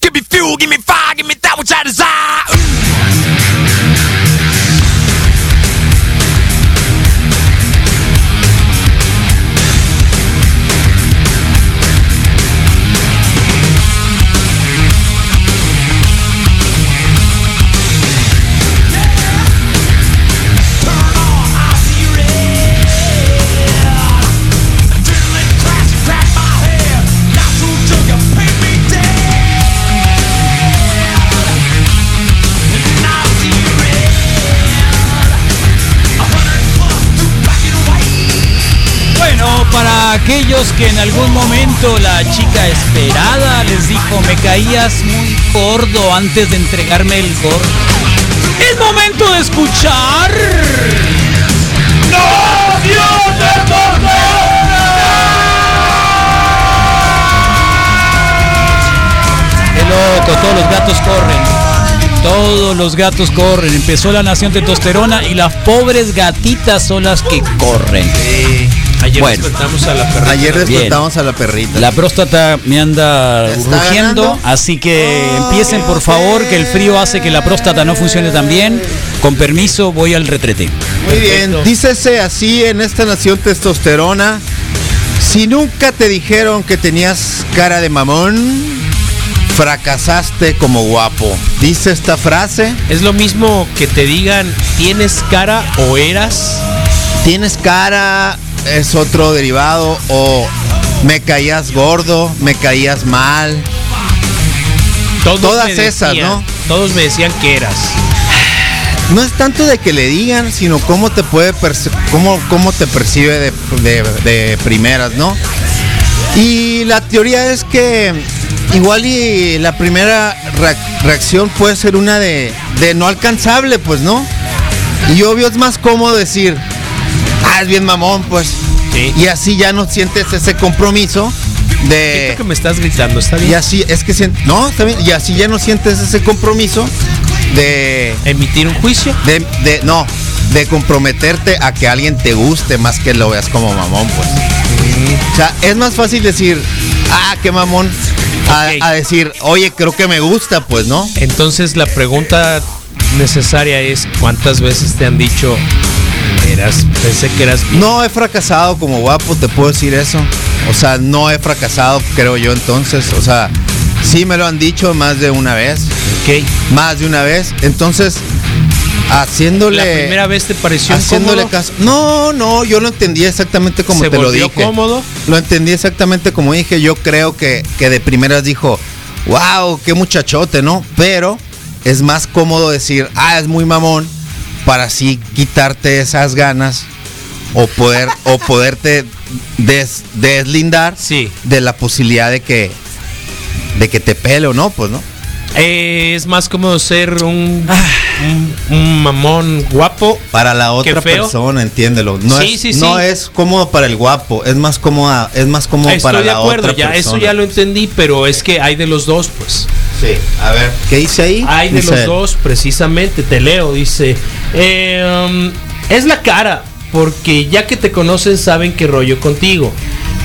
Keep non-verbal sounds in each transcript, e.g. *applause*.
give me fuel, give me fire, give me that which I desire. Ooh. Turn on, I see red. Adrenaline crash, crack my head. Not too drunk, you paint me dead. And I see red. A hundred bucks to black and white. Bueno, para aquellos que en algún momento la chica esperada les dijo me caías muy gordo antes de entregarme el gordo. Es momento de escuchar. ¡Qué loco! Todos los gatos corren. Todos los gatos corren. Empezó la nación de Tosterona y las pobres gatitas son las que corren. Ayer Bueno. despertamos a la perrita. Ayer Bien. despertamos a la perrita. La próstata me anda ¿Está rugiendo, ganando? así que Oh, empiecen por favor, que el frío hace que la próstata no funcione tan bien. Con permiso, voy al retrete. Muy bien. Dícese así en esta nación testosterona. Si nunca te dijeron que tenías cara de mamón, fracasaste como guapo. Dice esta frase. Es lo mismo que te digan, ¿tienes cara o eras? Tienes cara es otro derivado o me caías gordo, me caías mal. Todos Todas me decían- esas, ¿no? Todos me decían que eras. No es tanto de que le digan, sino cómo te puede perci- cómo, cómo te percibe de, de- de primeras, ¿no? Y la teoría es que igual y la primera reac- reacción puede ser una de, de no alcanzable, pues, ¿no? Y obvio es más cómodo decir, ah, es bien mamón, pues. Sí. Y así ya no sientes ese compromiso de... Siento que me estás gritando, ¿está bien? Y así, es que... sien- No, está bien, Y así ya no sientes ese compromiso de ¿Emitir un juicio? de, de- no, de comprometerte a que alguien te guste más que lo veas como mamón, pues. O sea, es más fácil decir, ah, qué mamón, a, Ok. a decir, oye, creo que me gusta, pues, ¿no? Entonces la pregunta necesaria es, ¿cuántas veces te han dicho, eras, pensé que eras bien? No he fracasado como guapo, te puedo decir eso. O sea, no he fracasado, creo yo, entonces. O sea, sí me lo han dicho más de una vez, Ok. más de una vez. Entonces, haciéndole... ¿La primera vez te pareció haciéndole incómodo? caso. No, no, yo lo entendí exactamente como ¿Se te lo volvió dije. cómodo? Lo entendí exactamente como dije. Yo creo que, que de primeras dijo, wow, qué muchachote, ¿no? Pero es más cómodo decir, ah, es muy mamón, para así quitarte esas ganas o poder o poderte des- deslindar Sí. de la posibilidad de que de que te pele o no, pues, ¿no? Eh, es más cómodo ser un, un, un mamón guapo. Para la otra feo. persona, entiéndelo. No, Sí, es, sí, no sí. es cómodo para el guapo, es más cómoda, es más cómodo Estoy para de la acuerdo, otra ya, persona. eso ya lo entendí, pero es que hay de los dos, pues. Sí, a ver. ¿Qué dice ahí? Hay de Dice, los dos, precisamente, te leo, dice. eh, um, es la cara, porque ya que te conocen saben qué rollo contigo.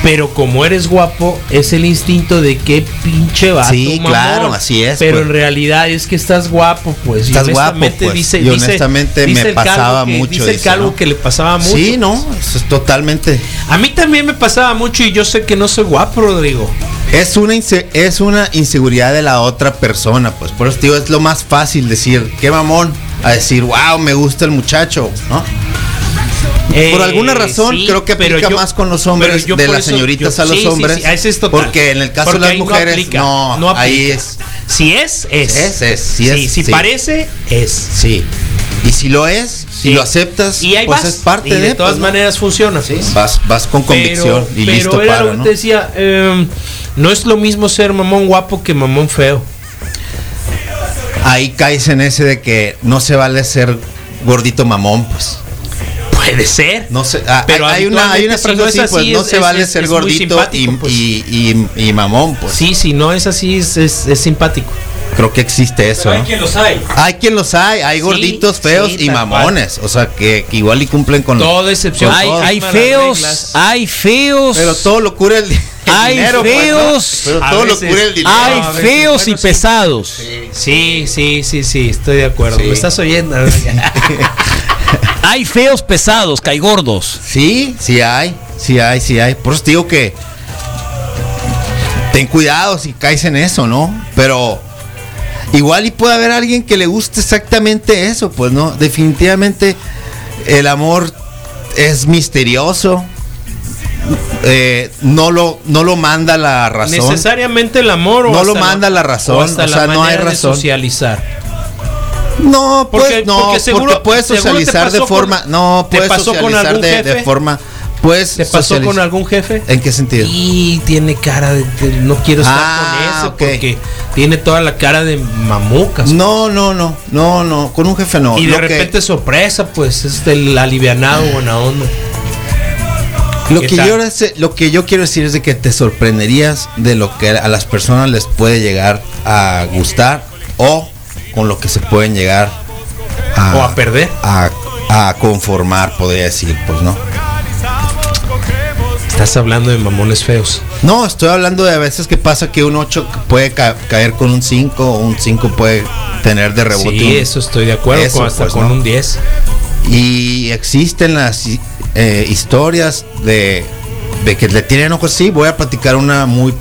Pero como eres guapo, es el instinto de qué pinche vato. Sí, claro, así es, Pero pues. en realidad es que estás guapo, pues. y Estás guapo, honestamente pues, Dice, y dice- honestamente me dice el calvo pasaba que- mucho Dice el eso, calvo ¿no? que le pasaba mucho. Sí, no, eso es totalmente. A mí también me pasaba mucho y yo sé que no soy guapo, Rodrigo. Es una, inse- es una inseguridad de la otra persona, pues por eso, tío, es lo más fácil decir, qué mamón, a decir, wow, me gusta el muchacho, ¿no? Por Eh, alguna razón sí, creo que aplica pero yo- más con los hombres pero yo de por las eso- señoritas yo- a los sí, sí, hombres. sí, ese es total. Porque en el caso Porque de las ahí mujeres, aplica, no, no ahí aplica. es. Si es, es. Es, es, si Sí, es, si sí. parece, es. Sí. Y si lo es, si Sí. lo aceptas, Y ahí pues vas. es parte Y de, pues, todas ¿no? maneras funciona. Sí, pues. vas, vas con convicción pero, y pero listo era para, lo que ¿no? te decía, em, no es lo mismo ser mamón guapo que mamón feo. Ahí caes en ese de que no se vale ser gordito mamón, pues. Puede ser. No sé, ah, Pero hay, hay una, hay una habitualmente, frase si no es así, así, pues no es- se es- vale es- ser es muy gordito y, simpático, pues. y- y- y mamón, pues. Sí, si no es así, es, es, es simpático. Creo que existe eso, ¿no? los hay. Hay quien los hay, hay Sí, gorditos feos sí, y tal cual. mamones, o sea, que, que igual y cumplen Mm. con... Todo excepción. con Hay, todo. hay Todas las feos, reglas. hay feos. Pero todo lo cura el... Hay dinero, pues, feos. ¿no? Pero A todo lo veces- cura el dinero. Hay a veces, feos bueno, y sí. pesados. Sí, sí, sí, sí, estoy de acuerdo. Sí. Me estás oyendo. *laughs* Hay feos pesados, caigordos. Sí, sí hay, sí hay, sí hay. Por eso te digo que ten cuidado si caes en eso, ¿no? Pero igual y puede haber alguien que le guste exactamente eso, pues no. Definitivamente el amor es misterioso. Eh, no lo no lo manda la razón. Necesariamente el amor o No lo hasta manda la razón, o sea, no hay manera de razón. socializar. No, pues Porque- no, porque seguro- porque puedes seguro te socializar pasó de con- forma, no, ¿te puedes pasó con socializar algún de, de jefe? forma, puedes ¿Te pasó con socializar- algún jefe? ¿En qué sentido? Y tiene cara de, de- no quiero estar Eh, Ah, con ese ok. porque tiene toda la cara de mamucas. No, no, no, no, no, con un jefe no. y de Lo que- repente sorpresa, pues es el alivianado buena onda. lo ¿qué que, yo, tal? dese- lo que yo quiero decir es de que te sorprenderías de lo que a las personas les puede llegar a gustar o con lo que se pueden llegar a, O a perder. a- a conformar, podría decir, pues no. Estás hablando de mamones feos. No, estoy hablando de a veces que pasa que un 8 puede ca- caer con un 5 o un 5 puede tener de rebote. Sí, un- eso estoy de acuerdo. Eso, con- hasta pues, con ¿no? un 10. Y existen las eh, historias de, de que le tienen ojos. Sí, voy a platicar una muy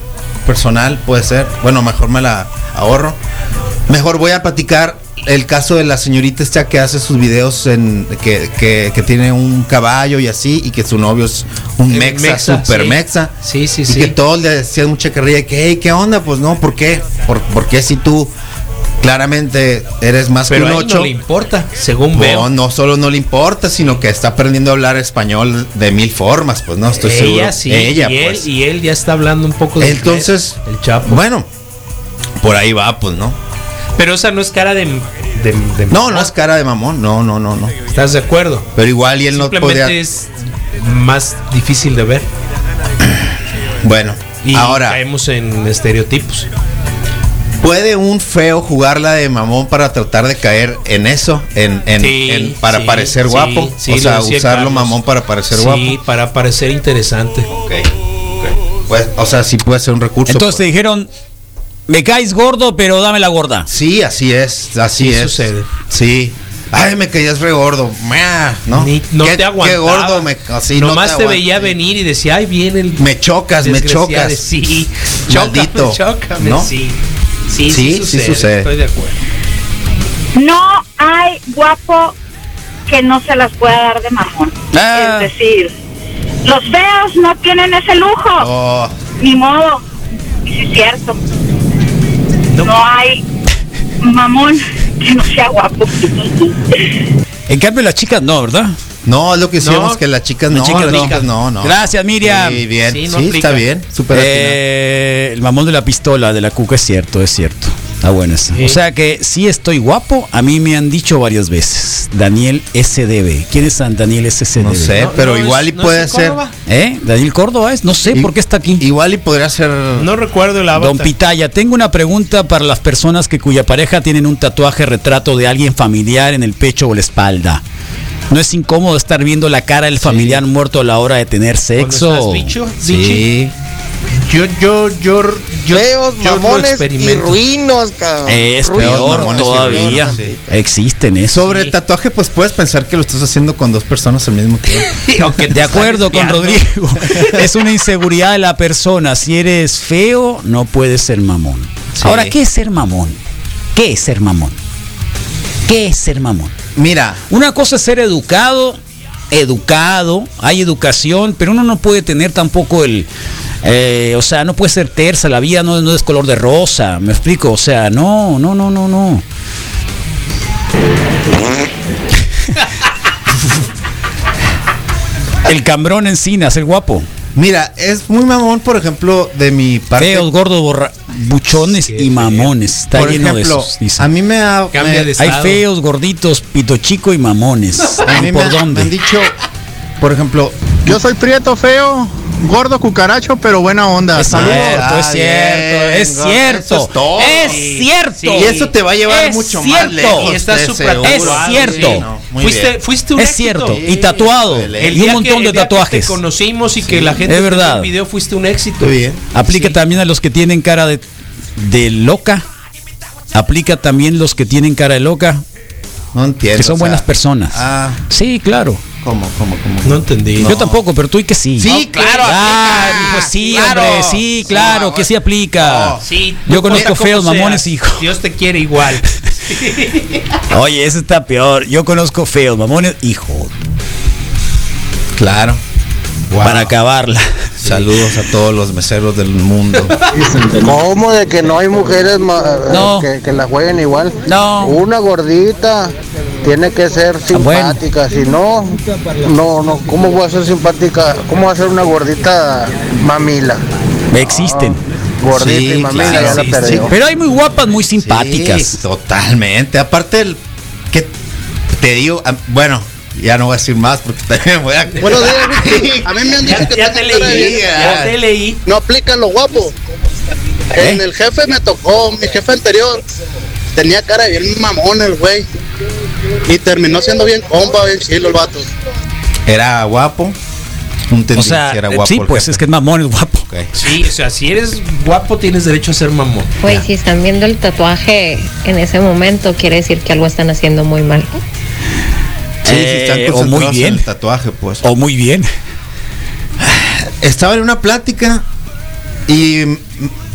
personal, puede ser. Bueno, mejor me la ahorro. Mejor voy a platicar el caso de la señorita esta que hace sus videos en que, que- que tiene un caballo y así, y que su novio es un El mexa, Eh, mexa, super sí. mexa. Sí, sí, y sí. que todos le decían mucha carrilla de que, hey, ¿qué onda? Pues no, ¿por qué? ¿Por, por qué si tú claramente eres más Pero que a un él no 8? le importa, según No, veo. Pues, no solo no le importa, sino que está aprendiendo a hablar español de mil formas, pues no, estoy seguro. ella sí, Ella, y, él, pues. y él ya está hablando un poco de Entonces, inglés, el chapo. Bueno, por ahí va, pues no. Pero esa no es cara de, de- de- No, no es cara de mamón, no, no, no, no. ¿Estás de acuerdo? Pero igual y él no Simplemente podía. es más difícil de ver. Bueno, Y ahora, caemos en estereotipos. ¿puede un feo jugarla de mamón para tratar de caer en eso? En, en- Sí, en- para sí, parecer sí, guapo. sí, o lo sea, decía usarlo Carlos. mamón para parecer sí, guapo. para parecer interesante. Ok, ok. Pues, o sea, sí puede ser un recurso. Entonces pues. te dijeron, me caes gordo, pero dame la gorda. Sí, así es, así Sí es. sucede. Sí. Ay, me caías re gordo. Mua, No, Ni- no ¿Qué- te aguantaba. Qué gordo me así no Nomás te, aguanta. veía venir y decía, ay, viene el... Me chocas, me desgraciado". chocas. *laughs* Sí, *laughs* Maldito, chócame, chócame, ¿no? sí. Sí, Sí, sí sucede. Estoy de acuerdo. No hay guapo que no se las pueda dar de mamón. Ah. Es decir, los feos no tienen ese lujo. Oh, Ni modo. Sí, es cierto. No. hay mamón que no sea guapo. En cambio las chicas no, ¿verdad? no, es lo que hicimos No, que las chicas las no, chicas las no. chicas no, no. Gracias, Miriam. Sí, bien. Sí, Sí, no aplica. está bien. Súper atinado. Eh, el mamón de la pistola, de la cuca, es cierto, es cierto. Está bueno eso. Sí. O sea que sí estoy guapo. A mí me han dicho varias veces. Daniel SDB. ¿Quién es San Daniel SDB? No sé, No, pero no es- igual y no es puede en ser. Córdoba. ¿Eh? Daniel Córdoba es. No sé i- por qué está aquí. Igual y podría ser. No recuerdo el avatar. Don Pitaya, tengo una pregunta para las personas que cuya pareja tienen un tatuaje retrato de alguien familiar en el pecho o la espalda. ¿No es incómodo estar viendo la cara del familiar muerto a la hora de tener sexo? estás bicho, sí. Yo, yo, yo, yo, Feos, yo lo mamones y experimento. ruinos, cabrón. Es Ruinos, Feos, peor mamones y todavía. ruinos. sí. Existen eso. Sobre el tatuaje, pues puedes pensar que lo estás haciendo con dos personas al mismo tiempo. *laughs* De acuerdo con Rodrigo, es una inseguridad de la persona. Si eres feo, no puedes ser mamón. Ahora, ¿qué es ser mamón? ¿Qué es ser mamón? ¿Qué es ser mamón? Mira, Una cosa es ser educado, educado, hay educación, pero uno no puede tener tampoco el... eh, o sea, no puede ser tersa, la vida no, no es color de rosa, me explico, o sea, no, no, no, no, no. El cambrón encinas, el guapo. mira, es muy mamón, por ejemplo, de mi parte. Feos, gordos, borra- buchones Qué y feo. mamones. Está por lleno ejemplo, de esos. dice. a mí me ha. Cambia me- de Hay estado. feos, gorditos, pito chico y mamones. A mí ¿Por me, han- dónde? me han dicho, por ejemplo, Yo soy prieto, feo, gordo, cucaracho, pero buena onda. Es cierto, Ah, es cierto, bien, es gordo, cierto. eso es todo. Es Sí, cierto. sí. Y eso te va a llevar Es mucho cierto. más lejos. Y estás de súper seguro. Es cierto. Sí, no, muy fuiste, bien. fuiste un Es éxito. cierto. Y tatuado. Excelente. El y día un que- montón el de día que tatuajes. te conocimos y que la gente es te vio verdad. el video fuiste un éxito. Muy bien. Aplica Sí. también a los que tienen cara de, de loca. Aplica también los que tienen cara de loca, No entiendo. que son o sea, buenas personas. Ah, Sí, claro. ¿cómo, cómo, cómo? No entendí. Yo tampoco, pero tú y que sí. Sí, claro, Ah, aplica. pues sí, Claro. hombre, sí, Sí, claro, mamón. que sí aplica. No, Sí, Yo tú conozco como feos, seas, mamones, hijo. Dios te *laughs* quiere igual. Oye, ese está peor. Yo conozco feos, mamones, hijo. Claro. Wow. Para acabarla. *laughs* Saludos a todos los meseros del mundo. ¿Cómo de que no hay mujeres ma- eh, No. que, que la jueguen igual? No. Una gordita tiene que ser Ah, bueno. simpática, si no, no, no, ¿cómo va a ser simpática? ¿Cómo va a ser una gordita mamila? Existen. Gordita Sí, y mamila claro, ya la sí, perdió. Pero hay muy guapas, muy simpáticas. Sí, totalmente. Aparte, el, que te digo, ah, bueno, ya no voy a decir más porque *laughs* también voy a. Buenos días, *laughs* Ricky. A mí me han dicho ya, que ya te tengo cara de leí. vieja. Ya te leí. No aplican lo guapo. ¿Eh? En el jefe me tocó, mi jefe anterior tenía cara de bien mamón el güey. Y terminó siendo bien compa, bien chilo el vato. Era guapo. No entendí o sea, si era guapo. sí, el pues jefe. es que es mamón, es guapo. Ok. Sí, o sea, si eres guapo tienes derecho a ser mamón. Pues si están viendo el tatuaje en ese momento, quiere decir que algo están haciendo muy mal. Sí, Eh, sí, están o concentrados muy en bien. el tatuaje, pues. O muy bien. Estaba en una plática y mm,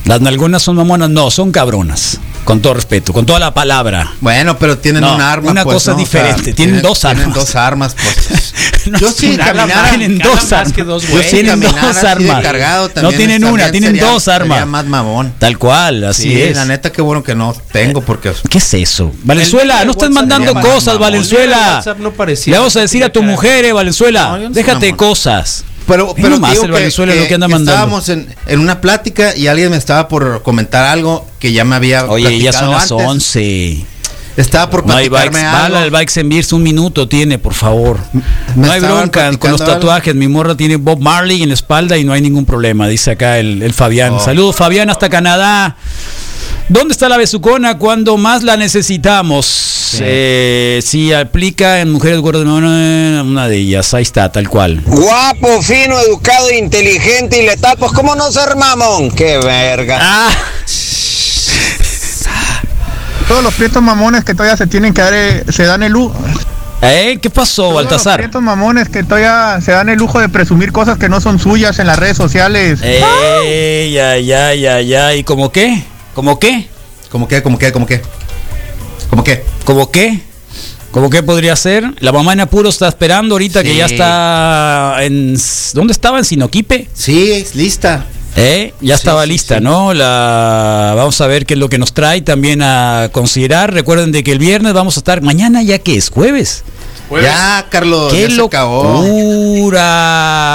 Las nalgonas son mamonas, no, son cabronas. Con todo respeto, con toda la palabra. bueno, pero tienen No, un arma. una pues, cosa ¿no? O sea, diferente, tienen dos armas. Tienen dos armas, pues. *laughs* No Yo es sí una- caminara- tienen gana dos más armas. que dos, Yo güey. sí Si tienen caminar dos así de armas. cargado no también tienen es- una, también tienen sería- dos sería armas. más mamón. Tal cual, así sí, es. la neta, qué bueno que no tengo porque. ¿Qué es eso? Valenzuela, El no número de estás WhatsApp mandando sería cosas, mamón. El número de Valenzuela. WhatsApp no parecía. Le vamos a decir a tu Cara. mujer, eh, Valenzuela, No, yo no soy déjate de mamón. cosas. Pero, Ve pero nomás te digo eh, el Valenzuela lo que anda mandando. Estábamos en, en una plática y alguien me estaba por comentar algo que ya me había. Oye, ya son platicado las antes. 11. Estaba por No hay bikes, platicarme algo. bala, el bikes en Beers, un minuto tiene, por favor. Me no hay estaban bronca con los platicando algo. tatuajes. Mi morra tiene Bob Marley en la espalda y no hay ningún problema, dice acá el, el Fabián. Oh. Saludos, Fabián, hasta Canadá. ¿Dónde está la besucona cuando más la necesitamos? Eh, si aplica en mujeres gordas, no, no, no, una de ellas, ahí está, tal cual. Guapo, fino, educado, inteligente y letal. Pues, ¿cómo no ser mamón? ¡Qué verga! Ah, Todos los prietos mamones que todavía se tienen que dar, eh, se dan el lujo. ¿eh? ¿Qué pasó, Todos los Baltasar? prietos mamones que todavía se dan el lujo de presumir cosas que no son suyas en las redes sociales. Ey, ay, ay, ay, ay, ¿cómo qué? ¿Cómo qué? ¿Cómo qué? ¿Cómo qué? ¿Cómo qué? ¿Cómo qué? ¿Cómo qué? ¿Cómo qué podría ser? La mamá en apuro está esperando ahorita que Sí. ya está en... ¿Dónde estaba? ¿En Sinoquipe? Sí, es lista. ¿Eh? Ya Sí, estaba sí, lista, sí. ¿no? La... Vamos a ver qué es lo que nos trae también a considerar. Recuerden de que el viernes vamos a estar... Mañana ya que es jueves. Ya, Carlos, ¡Qué Oh, Uh, ya se acabó. locura!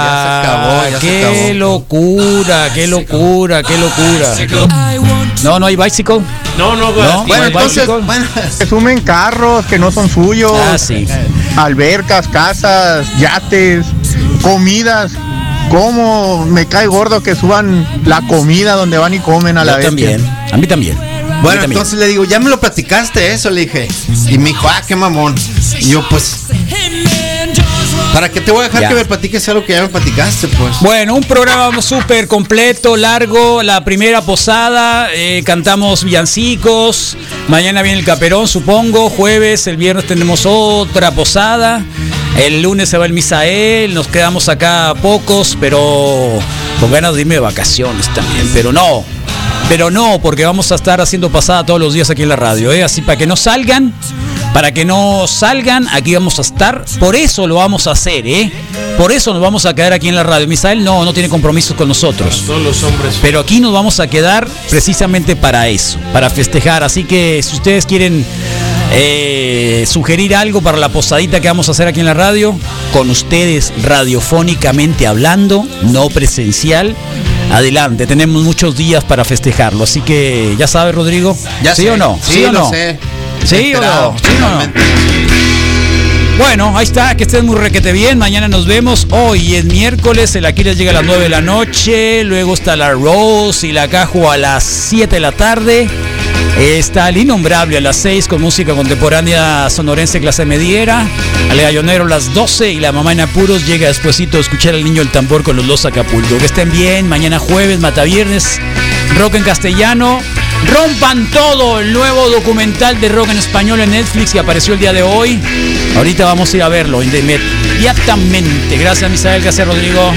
Ya se acabó, ya se ¡Qué acabó. Ah, locura! ¡Qué locura! ¡Qué locura! No, no hay bicycle. No, no, No, güey. Bueno, Igual entonces, básico. bueno, *laughs* Presumen carros que no son suyos, Ah, sí. albercas, casas, yates, comidas. ¿Cómo me cae gordo que suban la comida donde van y comen a la Yo vez? también. A mí también. bueno, A mí también. entonces le digo, ya me lo platicaste eso, le dije. Y me dijo, ah, qué mamón. Y yo, pues, ¿para qué te voy a dejar Ya. que me platiques algo que ya me platicaste, pues? Bueno, un programa súper completo, largo, la primera posada, eh, cantamos villancicos, mañana viene el caperón, supongo, jueves, el viernes tenemos otra posada, el lunes se va el Misael, nos quedamos acá pocos, pero con ganas de irme de vacaciones también, pero no, pero no, porque vamos a estar haciendo pasada todos los días aquí en la radio, ¿eh? así para que no salgan, para que no salgan, aquí vamos a estar. Por eso lo vamos a hacer, ¿eh? Por eso nos vamos a quedar aquí en la radio. Misael no, no tiene compromisos con nosotros. Todos los hombres. Pero aquí nos vamos a quedar precisamente para eso, para festejar. Así que si ustedes quieren eh, sugerir algo para la posadita que vamos a hacer aquí en la radio, con ustedes radiofónicamente hablando, no presencial, adelante. Tenemos muchos días para festejarlo. Así que ya sabes, Rodrigo. Ya ¿Sí sé. o no? Sí, o lo no? sé. ¿Sí o no? Enterado, ¿Sí o no? totalmente. Bueno, ahí está, que estén muy requete bien. Mañana nos vemos. Hoy es miércoles, el Aquiles llega a las 9 de la noche. Luego está la Rose y la Cajo a las 7 de la tarde. Está el Innombrable a las 6 con música contemporánea sonorense clase mediera. Al Gallonero a las 12 y la mamá en apuros llega despuesito a escuchar al niño el tambor con los Los Acapulco. Que estén bien. Mañana jueves, mataviernes, rock en castellano. Rompan todo el nuevo documental de rock en español en Netflix que apareció el día de hoy. Ahorita vamos a ir a verlo inmediatamente. Gracias, Misael. Gracias, Rodrigo.